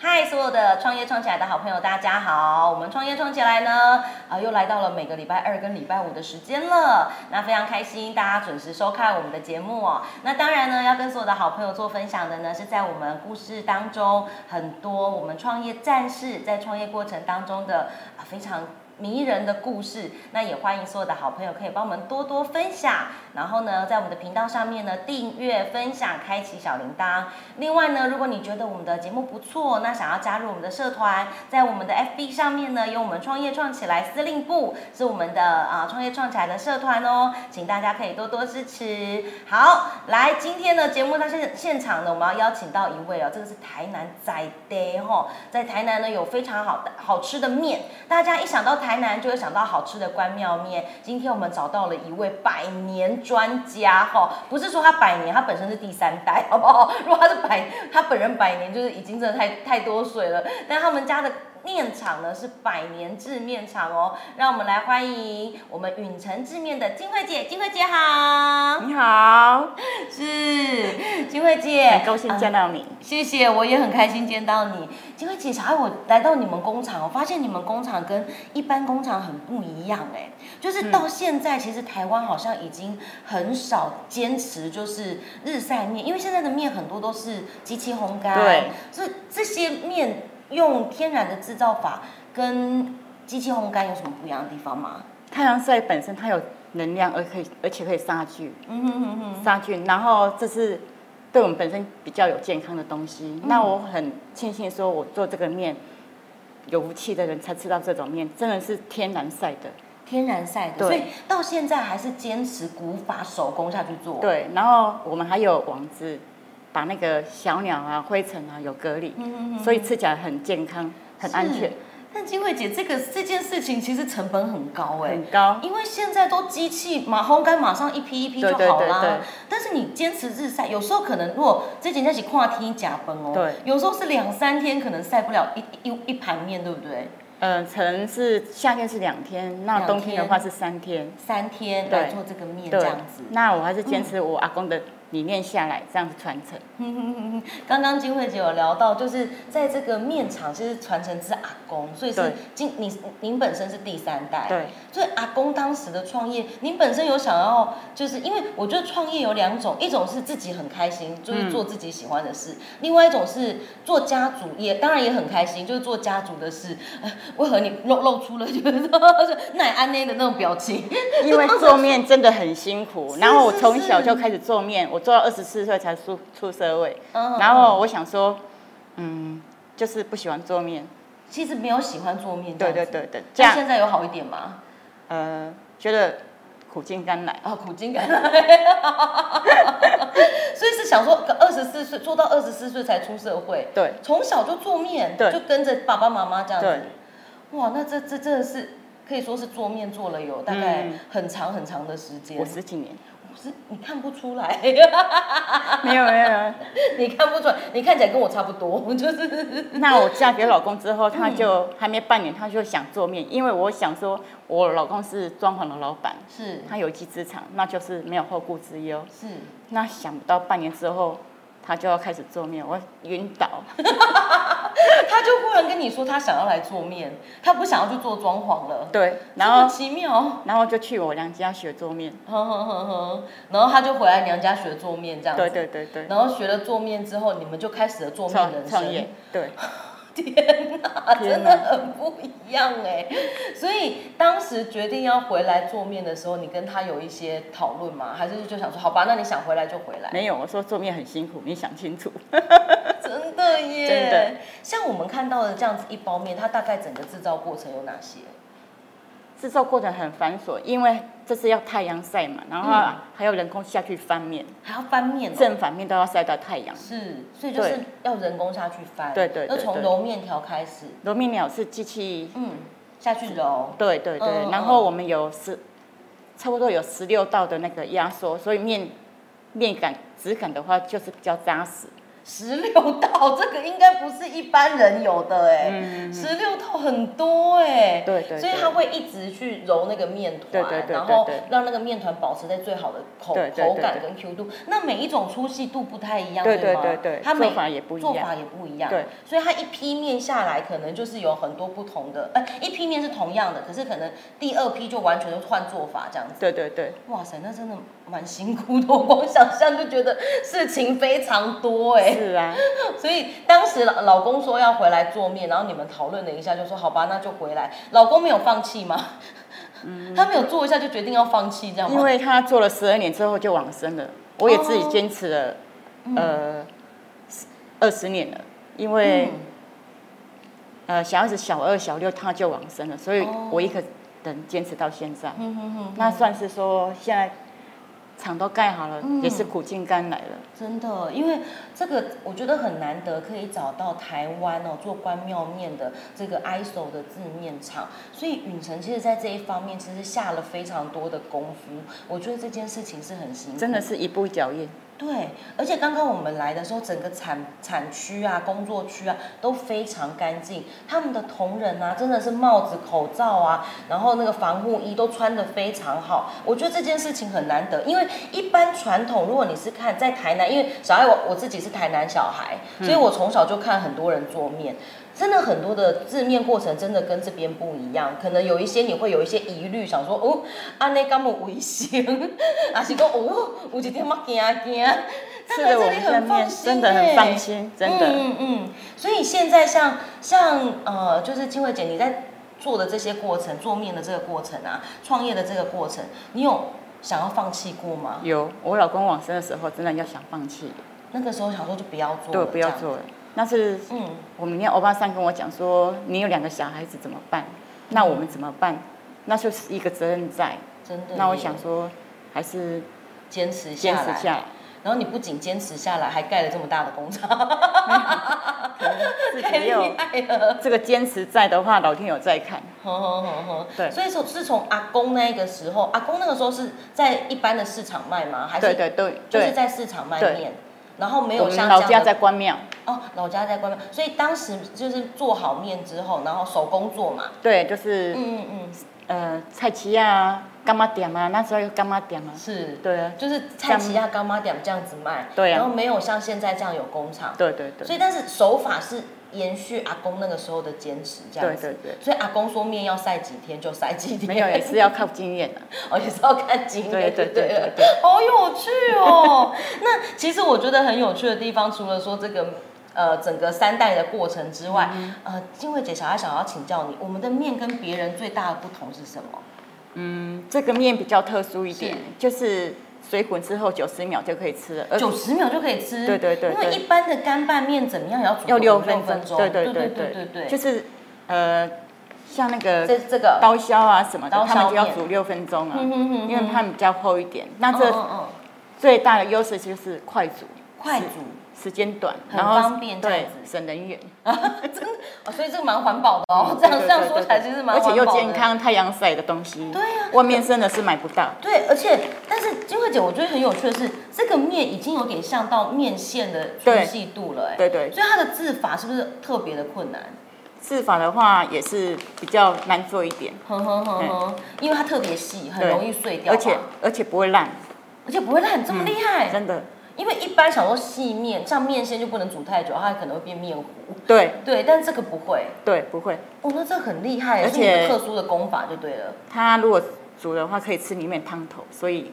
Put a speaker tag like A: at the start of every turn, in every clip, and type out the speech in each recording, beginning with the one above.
A: 嗨，所有的创业创起来的好朋友，大家好！我们创业创起来呢，啊、又来到了每个礼拜二跟礼拜五的时间了。那非常开心，大家准时收看我们的节目哦。那当然呢，要跟所有的好朋友做分享的呢，是在我们故事当中很多我们创业战士在创业过程当中的啊非常。迷人的故事，那也欢迎所有的好朋友可以帮我们多多分享，然后呢，在我们的频道上面呢订阅、分享、开启小铃铛。另外呢，如果你觉得我们的节目不错，那想要加入我们的社团，在我们的 FB 上面呢，有我们创业创起来司令部是我们的啊、创业创起来的社团哦，请大家可以多多支持。好，来今天呢节目到现现场呢，我们要邀请到一位哦，这个是台南仔爹哦吼，在台南呢有非常好的好吃的面，大家一想到台南就会想到好吃的关庙面。今天我们找到了一位百年专家哈，不是说他百年，他本身是第三代，好不好？ 如果他是百，他本人百年就是已经真的太太多岁了，但他们家的。面厂呢是百年制面厂哦，让我们来欢迎我们允城制面的金惠姐，金惠姐好，
B: 你好，
A: 是金惠姐，
B: 很高兴见到你。
A: 谢谢，我也很开心见到你。金惠姐，小爱，我来到你们工厂，我发现你们工厂跟一般工厂很不一样哎、就是到现在，其实台湾好像已经很少坚持就是日晒面，因为现在的面很多都是机器烘干，
B: 对，
A: 所以这些面用天然的制造法跟机器烘干有什么不一样的地方吗？
B: 太阳晒本身它有能量，而可以而且可以杀菌，
A: 嗯哼哼哼，
B: 杀菌。然后这是对我们本身比较有健康的东西。那我很庆幸说，我做这个面，有福气的人才吃到这种面，真的是天然晒的。
A: 天然晒的，
B: 对
A: 所以到现在还是坚持古法手工下去做，
B: 对，然后我们还有网子，把那个小鸟啊、灰尘啊有隔离，
A: 嗯
B: 所以吃起来很健康、很安全
A: 是、。但金惠姐，这个这件事情其实成本很高哎、
B: 很高。
A: 因为现在都机器马烘干，马上一批一批就
B: 对
A: 好啦。
B: 对对对
A: 但是你坚持日晒，有时候可能如果这几天是跨天假崩哦，
B: 对，
A: 有时候是两三天可能晒不了一一一盘面，对不对？
B: 呃，可能是夏天是两天，那
A: 两
B: 冬天的
A: 天
B: 话是三天。
A: 三天
B: 对
A: 来做这个面
B: 对，
A: 这样子。
B: 那我还是坚持我阿公的理念下来，这样子传承。
A: 刚刚金惠姐有聊到，就是在这个面厂其实传承自阿公，所以是
B: 对
A: 金您您本身是第三代，
B: 对，
A: 所以阿公当时的创业，您本身有想要，就是因为我觉得创业有两种，一种是自己很开心，就是做自己喜欢的事；，
B: 嗯
A: 另外一种是做家族也当然也很开心，就是做家族的事。 呃为何你露露出了就是说 奶安内的那种表情？
B: 因为做面真的很辛 苦，然后我
A: 是
B: 从小
A: 是
B: 就开始做面，我做到二十四岁才出出社会。
A: 嗯
B: 然后我想说，嗯，就是不喜欢做面。
A: 其实没有喜欢做面，
B: 对对，对对，这
A: 但
B: 样
A: 现在有好一点吗？
B: 呃，觉得苦尽甘来。
A: 啊，苦尽甘来， 所以是想说，二十四岁做到二十四岁才出社会，
B: 对
A: 从小就做面，
B: 对
A: 就跟着爸爸妈妈这样子
B: 对，，
A: 哇，那这这真的是可以说是做面做了有大概很长很长的时间，
B: 嗯我十几年，
A: 我是你看不出来，
B: 没有没有没有。
A: 你看不出来，你看起来跟我差不多， 就是
B: 那我嫁给老公之后，他就还没半年，他就想做面，因为我想说，我老公是装潢的老板，
A: 是
B: 他有一技之长，那就是没有后顾之忧。
A: 是，
B: 那想不到半年之后，他就要开始做面，我晕 倒。
A: 他就忽然跟你说他想要来做面，他不想要去做装潢了，
B: 对，然
A: 这么
B: 后
A: 奇妙。
B: 然后就去我娘家学做面。
A: 哼哼哼哼，然后他就回来娘家学做面这样子。
B: 对对对对，
A: 然后学了做面之后，你们就开始了做面
B: 创
A: 人
B: 创
A: 生哎
B: 业。，对，
A: 天哪，
B: 天
A: 真
B: 哪
A: 的很不一样哎！所以当时决定要回来做面的时候，你跟他有一些讨论吗？还是就想说，好吧，那你想回来就回来？
B: 没有，我说做面很辛苦，你想清楚。
A: 真的耶！
B: 真的。
A: 像我们看到的这样子一包面，它大概整个制造过程有哪些？
B: 制作过程很繁琐，因为这是要太阳晒嘛，然
A: 嗯
B: 后还有人工下去翻面，
A: 还要翻面、哦。
B: 正反面都要晒到太阳。
A: 是，所以就是
B: 对
A: 要人工下去翻。
B: 对对对
A: 要从
B: 对
A: 揉面条开始，
B: 揉面鸟是机器，
A: 嗯，下去揉。
B: 对对对，
A: 嗯嗯
B: 然后我们有十，差不多有十六道的那个压缩，所以面面感质感的话就是比较扎实。
A: 十六道，这个应该不是一般人有的哎、
B: 嗯嗯
A: 十六套很多哎、
B: 对对对
A: 所以他会一直去揉那个面团，
B: 对对对对
A: 然后
B: 对
A: 让那个面团保持在最好的口
B: 对对对
A: 口感跟 Q 度。那每一种粗细度不太一样，
B: 对
A: 吗？
B: 对对对
A: 它每
B: 做法也不一样
A: 做法也不一样，
B: 对，
A: 所以它一批面下来可能就是有很多不同的，呃，一批面是同样的，可是可能第二批就完全就换做法这样子。
B: 对对对，
A: 哇塞，那真的蛮辛苦的，我光想象就觉得事情非常多哎、
B: 是啊，
A: 所以当时老老公说要回来做面，然后你们讨论了一下，就说好吧，那就回来。老公没有放弃吗？他没有做一下就决定要放弃这样吗？
B: 嗯
A: 嗯
B: 因为他做了十二年之后就往生了，我也自己
A: 哦嗯
B: 坚持了，呃，二十年了，因为、
A: 嗯
B: 呃小孩子小二小六他就往生了，所以
A: 哦
B: 我一个人坚持到现在，
A: 嗯哼哼，
B: 那算是说现在厂都盖好了，
A: 嗯
B: 也是苦尽甘来了。
A: 真的，因为这个我觉得很难得，可以找到台湾哦做关庙面的这个 ISO 的字面厂，所以允晨其实在这一方面其实下了非常多的功夫，我觉得这件事情是很辛苦，
B: 真的是一步一脚印，
A: 对，而且刚刚我们来的时候，整个产产区啊、工作区啊都非常干净，他们的同仁啊，真的是帽子、口罩啊，然后那个防护衣都穿得非常好。我觉得这件事情很难得，因为一般传统，如果你是看在台南，因为小爱我我自己是台南小孩，所以我从小就看很多人做面。真的很多的字面过程真的跟这边不一样，可能有一些你会有一些疑虑，想说哦，安内干么危险， 还是讲哦，有一点嘛惊惊。但
B: 吃
A: 来
B: 了
A: 这
B: 我
A: 里
B: 们家
A: 很放
B: 面
A: 心、欸，
B: 真的很放心，真的。
A: 嗯嗯嗯，所以现在像像呃，就是金慧姐你在做的这些过程，做面的这个过程啊，创业的这个过程，你有想要放弃过吗？
B: 有我老公往生的时候，真的要想放弃，
A: 那个时候想说就不要做了，
B: 对，我不要
A: 哦这样。
B: 做了。那是
A: 嗯，
B: 我们那欧巴桑跟我讲说，你有两个小孩子怎么办？
A: 嗯
B: 那我们怎么办？那就是一个责任在。
A: 真的。
B: 那我想说，还是
A: 坚持
B: 坚
A: 下
B: 持
A: 来，
B: 下来，
A: 然后你不仅坚持下来，还盖了这么大的工 厂，
B: 可能自
A: 太
B: 己也
A: 厉
B: 有
A: 害了。
B: 这个坚持在的话，老天有在看。
A: 呵呵呵呵
B: 对
A: 所以说是从阿公那个时候，阿公那个时候是在一般的市场卖吗？还是
B: 对对对
A: 就是
B: 对，
A: 在市场卖
B: 对
A: 面，然后没
B: 我
A: 有
B: 们
A: 像
B: 老
A: 这
B: 家
A: 样的
B: 在关庙，
A: 哦，老家在关庙，所以当时就是做好面之后，然后手工做嘛，
B: 对，就是
A: 嗯嗯
B: 呃菜奇啊、干妈点啊，那时候有干妈点啊
A: 嗯，，是，
B: 对啊，
A: 就是菜奇亚干妈店这样子卖，
B: 对啊
A: 然后没有像现在这样有工厂，
B: 对对对
A: 所以但是手法是延续阿公那个时候的坚持这样
B: 对
A: 子，
B: 对对，
A: 所以阿公说面要晒几天就晒几天，
B: 没 有也是要靠经验的、啊
A: 哦，也是要看经验，
B: 对
A: 对
B: 对
A: 对
B: 对
A: 了
B: 对对
A: 好有趣哦。 那其实我觉得很有趣的地方，除了说这个。呃，整个三代的过程之外，
B: 嗯
A: 呃，金慧姐，小孩想要请教你，我们的面跟别人最大的不同是什么？
B: 嗯，这个面比较特殊一点
A: 是，
B: 就是水滚之后九十秒就可以吃了，而
A: 九十秒就可以吃，
B: 呃对对对
A: 因为
B: 对
A: 一般的干拌面怎么样也要煮
B: 要
A: 个
B: 六
A: 五六
B: 分钟，
A: 钟，
B: 对
A: 对
B: 对对
A: 对
B: 对
A: 对，
B: 就是呃，像那
A: 这
B: 个
A: 这个，
B: 刀削啊什么
A: 刀
B: 的，
A: 削
B: 他们就要
A: 面
B: 煮六分钟啊，
A: 嗯哼哼哼
B: 因为它们比较厚一点。那
A: 嗯
B: 这
A: 嗯嗯，
B: 最大的优势就是快煮，
A: 快煮
B: 时，时间短，
A: 很
B: 然后
A: 方便这
B: 对
A: 样，子
B: 省人员，
A: 哦所以这个蛮环保的哦，这样这
B: 嗯对对
A: 样
B: 对
A: 说起来其实蛮
B: 而
A: 环保的，
B: 且又健康，太阳晒的东西，
A: 对啊
B: 外面生的是买不到。
A: 对，而且但是金慧姐，我觉得很有趣的是，这个面已经有点像到面线的粗
B: 对
A: 细度了，哎，
B: 对对
A: 所以它的制法是不是特别的困难？
B: 制法的话也是比较难做一点，
A: 哼哼哼哼，因为它特别细，很
B: 嗯对
A: 容易碎掉
B: 而
A: 嘛，
B: 且而且不会烂，
A: 而且不会烂，这么厉害。
B: 真的。
A: 因为一般想说细面，像面线就不能煮太久，它可能会变面糊。
B: 对
A: 对，但这个不会。
B: 对，不会。
A: 哦，那这很厉害，
B: 而
A: 是你们
B: 且
A: 特殊的功法就对了。
B: 它如果煮的话，可以吃里面汤头，所以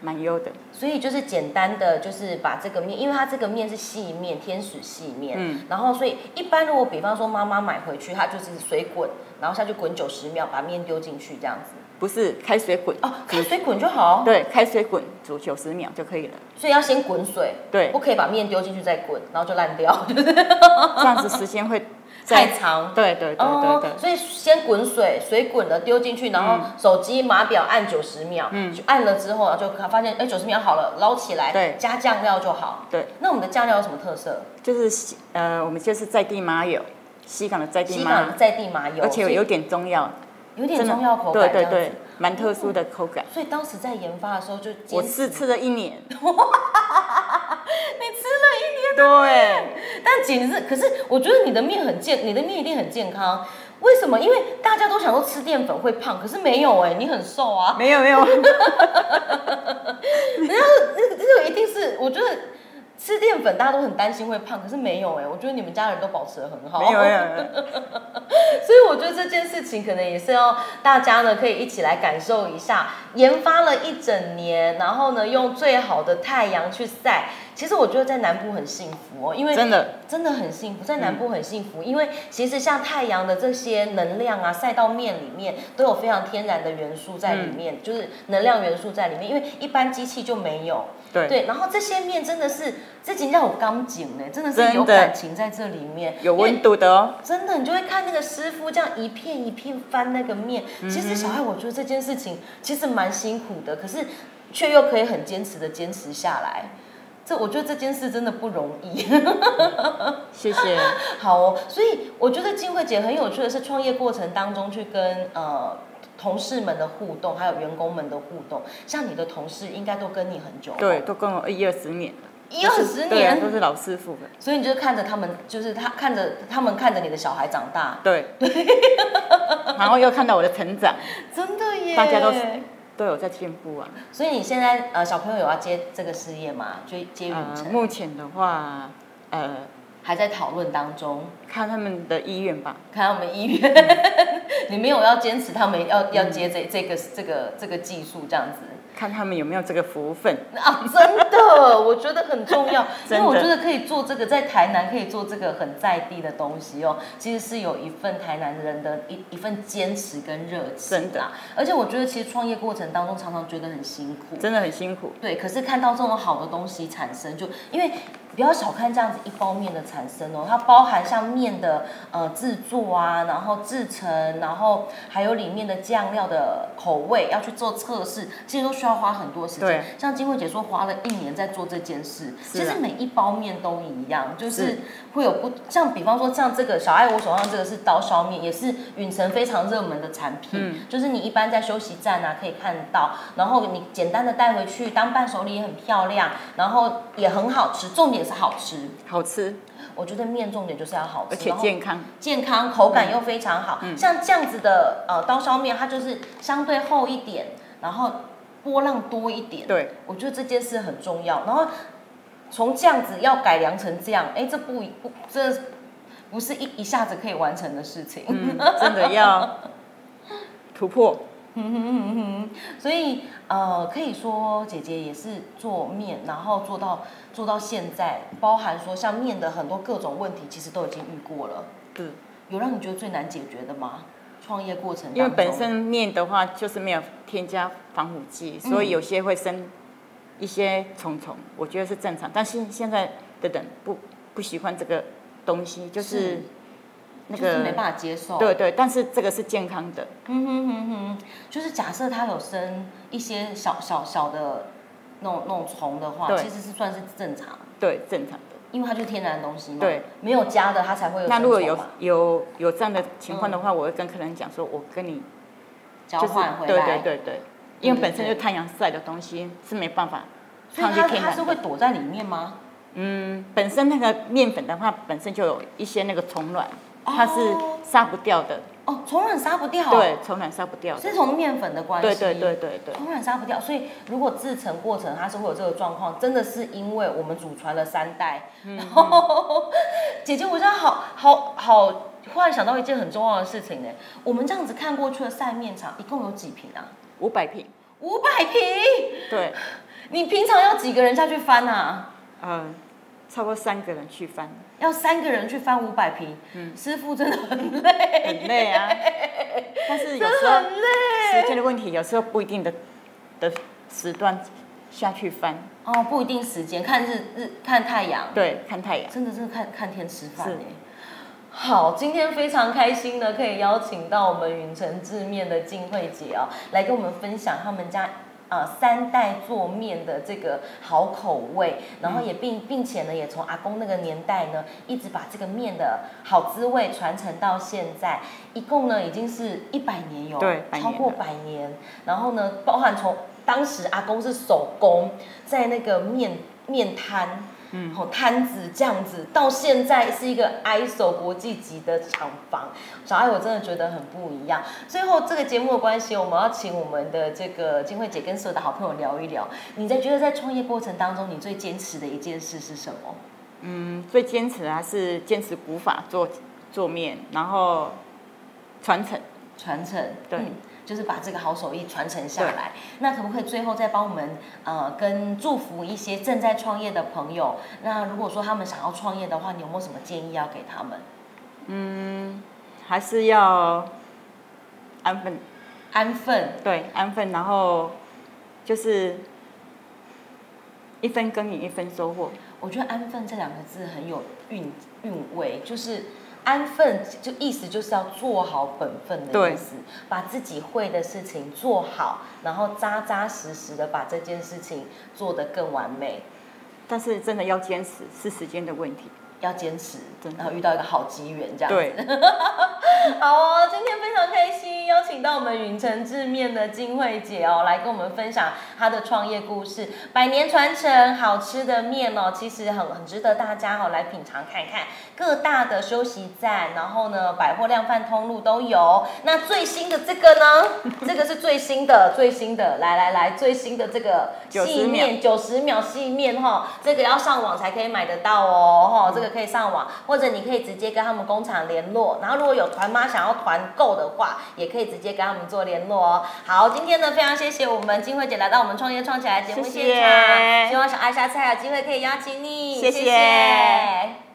B: 蛮优的。
A: 所以就是简单的，就是把这个面，因为它这个面是细面，天使细面，
B: 嗯
A: 然后所以一般如果比方说妈妈买回去，它就是水滚，然后下去滚九十秒，把面丢进去这样子。
B: 不是开水滚
A: 哦，开水滚就好，
B: 对，开水滚煮九十秒就可以了，
A: 所以要先滚水，
B: 对
A: 不可以把面丢进去再滚，然后就烂掉，就是
B: 这样子时间会
A: 太
B: 再。
A: 长。哦
B: 对对对对对，嗯
A: 所以先滚水，水滚了丢进去，然后手机码表按九十秒，嗯，按了之后啊，就发现哎九十秒好了，捞起来，
B: 对
A: 加酱料就好。
B: 对，
A: 那我们的酱料有什么特色？
B: 就是西呃，我们就是在地麻油，西港的在地
A: 西
B: 麻
A: 港
B: 油，
A: 在地麻油，
B: 而且
A: 所以
B: 有点中药，
A: 有点
B: 真的
A: 中药口
B: 对
A: 感这
B: 对
A: 样
B: 对
A: 子。，
B: 蛮特殊的口感。
A: 所以当时在研发的时候就坚持
B: 我是吃了一年，
A: 你吃了一年
B: 对，
A: 但简直，可是我觉得你的面很健，你的面一定很健康。为什么？因为大家都想说吃淀粉会胖，可是没有哎、你很瘦啊。
B: 没有 没有，
A: 然后那个这个一定是，我觉得吃淀粉大家都很担心会胖，可是没有哎、我觉得你们家人都保持得很好。
B: 没有没有，没有
A: 所以我觉得这件事情可能也是要大家呢可以一起来感受一下，研发了一整年，然后呢用最好的太阳去晒。其实我觉得在南部很幸福哦，因为
B: 真的
A: 真的很幸福，在南部很幸福，因为其实像太阳的这些能量啊，晒到面里面都有非常天然的元素在里
B: 嗯
A: 面，就是能量元素在里面，因为一般机器就没有。
B: 对，
A: 对，然后这些面真的是，这景让我刚景呢，真的是
B: 真
A: 有
B: 的
A: 感情在这里面，
B: 有
A: 因为
B: 温度的哦。
A: 真的，你就会看那个师傅这样一片一片翻那个面。
B: 嗯
A: 其实小孩，我觉得这件事情其实蛮辛苦的，可是却又可以很坚持的坚持下来。这我觉得这件事真的不容易。
B: 谢谢，
A: 好哦，所以我觉得金慧姐很有趣的是，创业过程当中去跟呃同事们的互动，还有员工们的互动。像你的同事应该都跟你很久，
B: 对，，都跟我一二十年了，
A: 一二
B: 就是
A: 十
B: 对啊
A: 年，
B: 都是老师傅了。
A: 所以你就看着他们，就是他看着他们看着你的小孩长大，
B: 对，然后又看到我的成长，
A: 真的耶
B: 大家都都有在进步啊。
A: 所以你现在呃，小朋友有要接这个事业吗？就接远
B: 呃，
A: 程，
B: 目前的话，呃，
A: 还在讨论当中。
B: 看他们的意愿吧。
A: 看我们医院， 你没有要坚持他们要要接
B: 嗯
A: 这这个这个这个技术这样 子
B: 看他们有没有这个福分，
A: 啊，真的，我觉得很重要，因
B: 真的
A: 为我觉得可以做这个在台南可以做这个很在地的东西哦，其实是有一份台南人的一一份坚持跟热情
B: 真的
A: 啦，而且我觉得其实创业过程当中常常觉得很辛苦，
B: 真的很辛苦。
A: 对，可是看到这种好的东西产生，就因为不要小看这样子一包面的产生哦，它包含像面的呃制作啊，然后制成，然后还有里面的酱料的口味要去做测试，其实都需要花很多时间
B: 对。
A: 像金慧姐说，花了一年在做这件事，
B: 是
A: 其实
B: 啊
A: 每一包面都一样，就是
B: 是
A: 会有不像，比方说像这个小爱我手上这个是刀削面，也是允城非常热门的产品，
B: 嗯
A: 就是你一般在休息站啊可以看到，然后你简单的带回去当伴手礼也很漂亮，然后也很好吃，重点是好吃。
B: 好吃，
A: 我觉得面重点就是要好吃，
B: 而且
A: 然后
B: 健嗯康，
A: 健康，口感又非常好。像这样子的呃刀削面，它就是相对厚一点，然后波浪多一点。
B: 对，
A: 我觉得这件事很重要。然后从这样子要改良成这样，哎，这不不这不是一一下子可以完成的事情。
B: 嗯，真的要突 破。嗯
A: 所以呃，可以说姐姐也是做面，然后做到做到现在，包含说像面的很多各种问题，其实都已经遇过了。
B: 对，
A: 有让你觉得最难解决的吗？创业过程当中
B: 因为本身面的话就是没有添加防腐剂，所以有些会生一些虫虫，我觉得是正常。但是现在的人不不喜欢这个东西，就是
A: 是
B: 那
A: 就是没
B: 个。
A: 办法接受。
B: 对对，但是这个是健康的，
A: 嗯哼哼哼，就是假设它有生一些小小小的那种那种虫的话，
B: 对
A: 其实是算是正常，
B: 对正常的。
A: 因为它就是天然的东西嘛。
B: 对，
A: 没有加的它才会有生虫嘛。
B: 那如果有有有这样的情况的话，我会跟客人讲说，我跟你
A: 嗯交
B: 就是
A: 换回来，
B: 对对对对，因为本身
A: 对
B: 就
A: 对
B: 太阳晒的东西是没办法
A: 所以
B: 放进
A: 它
B: 天
A: 它是
B: 然
A: 会
B: 的。
A: 躲在里面吗？
B: 嗯，本身那个面粉的话，本身就有一些那个虫卵，它是
A: 哦
B: 杀不掉的。
A: 哦，虫卵杀不掉。，
B: 对，虫卵杀不掉的。
A: 是从面粉的关系。
B: 对对对。对对，
A: 虫卵杀不掉，所以如果制成过程它是会有这个状况，真的是因为我们祖传了三代。然后，姐姐，我现在好好好，忽然想到一件很重要的事情呢。我们这样子看过去的晒面场一共有几瓶啊？
B: 五百平。
A: 五百瓶！
B: 对，
A: 你平常要几个人下去翻啊？
B: 嗯，超过三个人去翻，
A: 要三个人去翻五百瓶，师傅真的很累，
B: 很累啊。但
A: 真
B: 是有时
A: 的
B: 候
A: 很累。
B: 时间的问题，有时候不一定的的时段下去翻。
A: 哦，不一定时间，看日日看太阳。
B: 对，看太阳。
A: 真的是看看天吃饭
B: 是
A: 哎。好，今天非常开心呢，可以邀请到我们云城制面的静慧姐哦，来跟我们分享他们家。啊、三代做面的这个好口味，然
B: 嗯
A: 后也并并且呢，也从阿公那个年代呢，一直把这个面的好滋味传承到现在，一共呢已经是一百年有，
B: 对百年
A: 超过
B: 了
A: 百年。然后呢，包含从当时阿公是手工在那个面面摊，嗯，好摊子这样子，到现在是一个 ISO 国际级的厂房，小爱我真的觉得很不一样。最后这个节目的关系，我们要请我们的这个金慧姐跟所有的好朋友聊一聊，你在觉得在创业过程当中，你最坚持的一件事是什么？
B: 嗯，最坚持还是坚持古法做做面，然后传承。
A: 传承，嗯
B: 对
A: 就是把这个好手艺传承下来。那可不可以最后再帮我们呃，跟祝福一些正在创业的朋友？那如果说他们想要创业的话，你有没有什么建议要给他们？
B: 还是要安分，
A: 安分，
B: 对，安分，然后就是一分耕耘一分收获。
A: 我觉得“安分”这两个字很有韵韵味，就是安分，就意思就是要做好本分的
B: 对
A: 意思，把自己会的事情做好，然后扎扎实实的把这件事情做得更完美。
B: 但是真的要坚持，是时间的问题。
A: 要坚持
B: 真，的
A: 然后遇到一个好机缘，这样子
B: 对，
A: 好哦，今天非常开心，邀请到我们云城制面的金慧姐哦，来跟我们分享她的创业故事。百年传承好吃的面哦，其实很很值得大家哦来品尝看看。各大的休息站，然后呢，百货量贩通路都有。那最新的这个 呢，这个是最新的，最新的，来来来，最新的这个
B: 90
A: 细
B: 秒
A: 面九十秒细面哈，这个要上网才可以买得到
B: 嗯
A: 哦，哈，这个可以上网，或者你可以直接跟他们工厂联络，然后如果有团妈想要团购的话，也可以直接跟他们做联络哦。好，今天呢非常谢谢我们金慧姐来到我们创业创起来节目
B: 谢
A: 现
B: 谢
A: 场，希望小爱下次还有机会可以邀请你，
B: 谢谢
A: 谢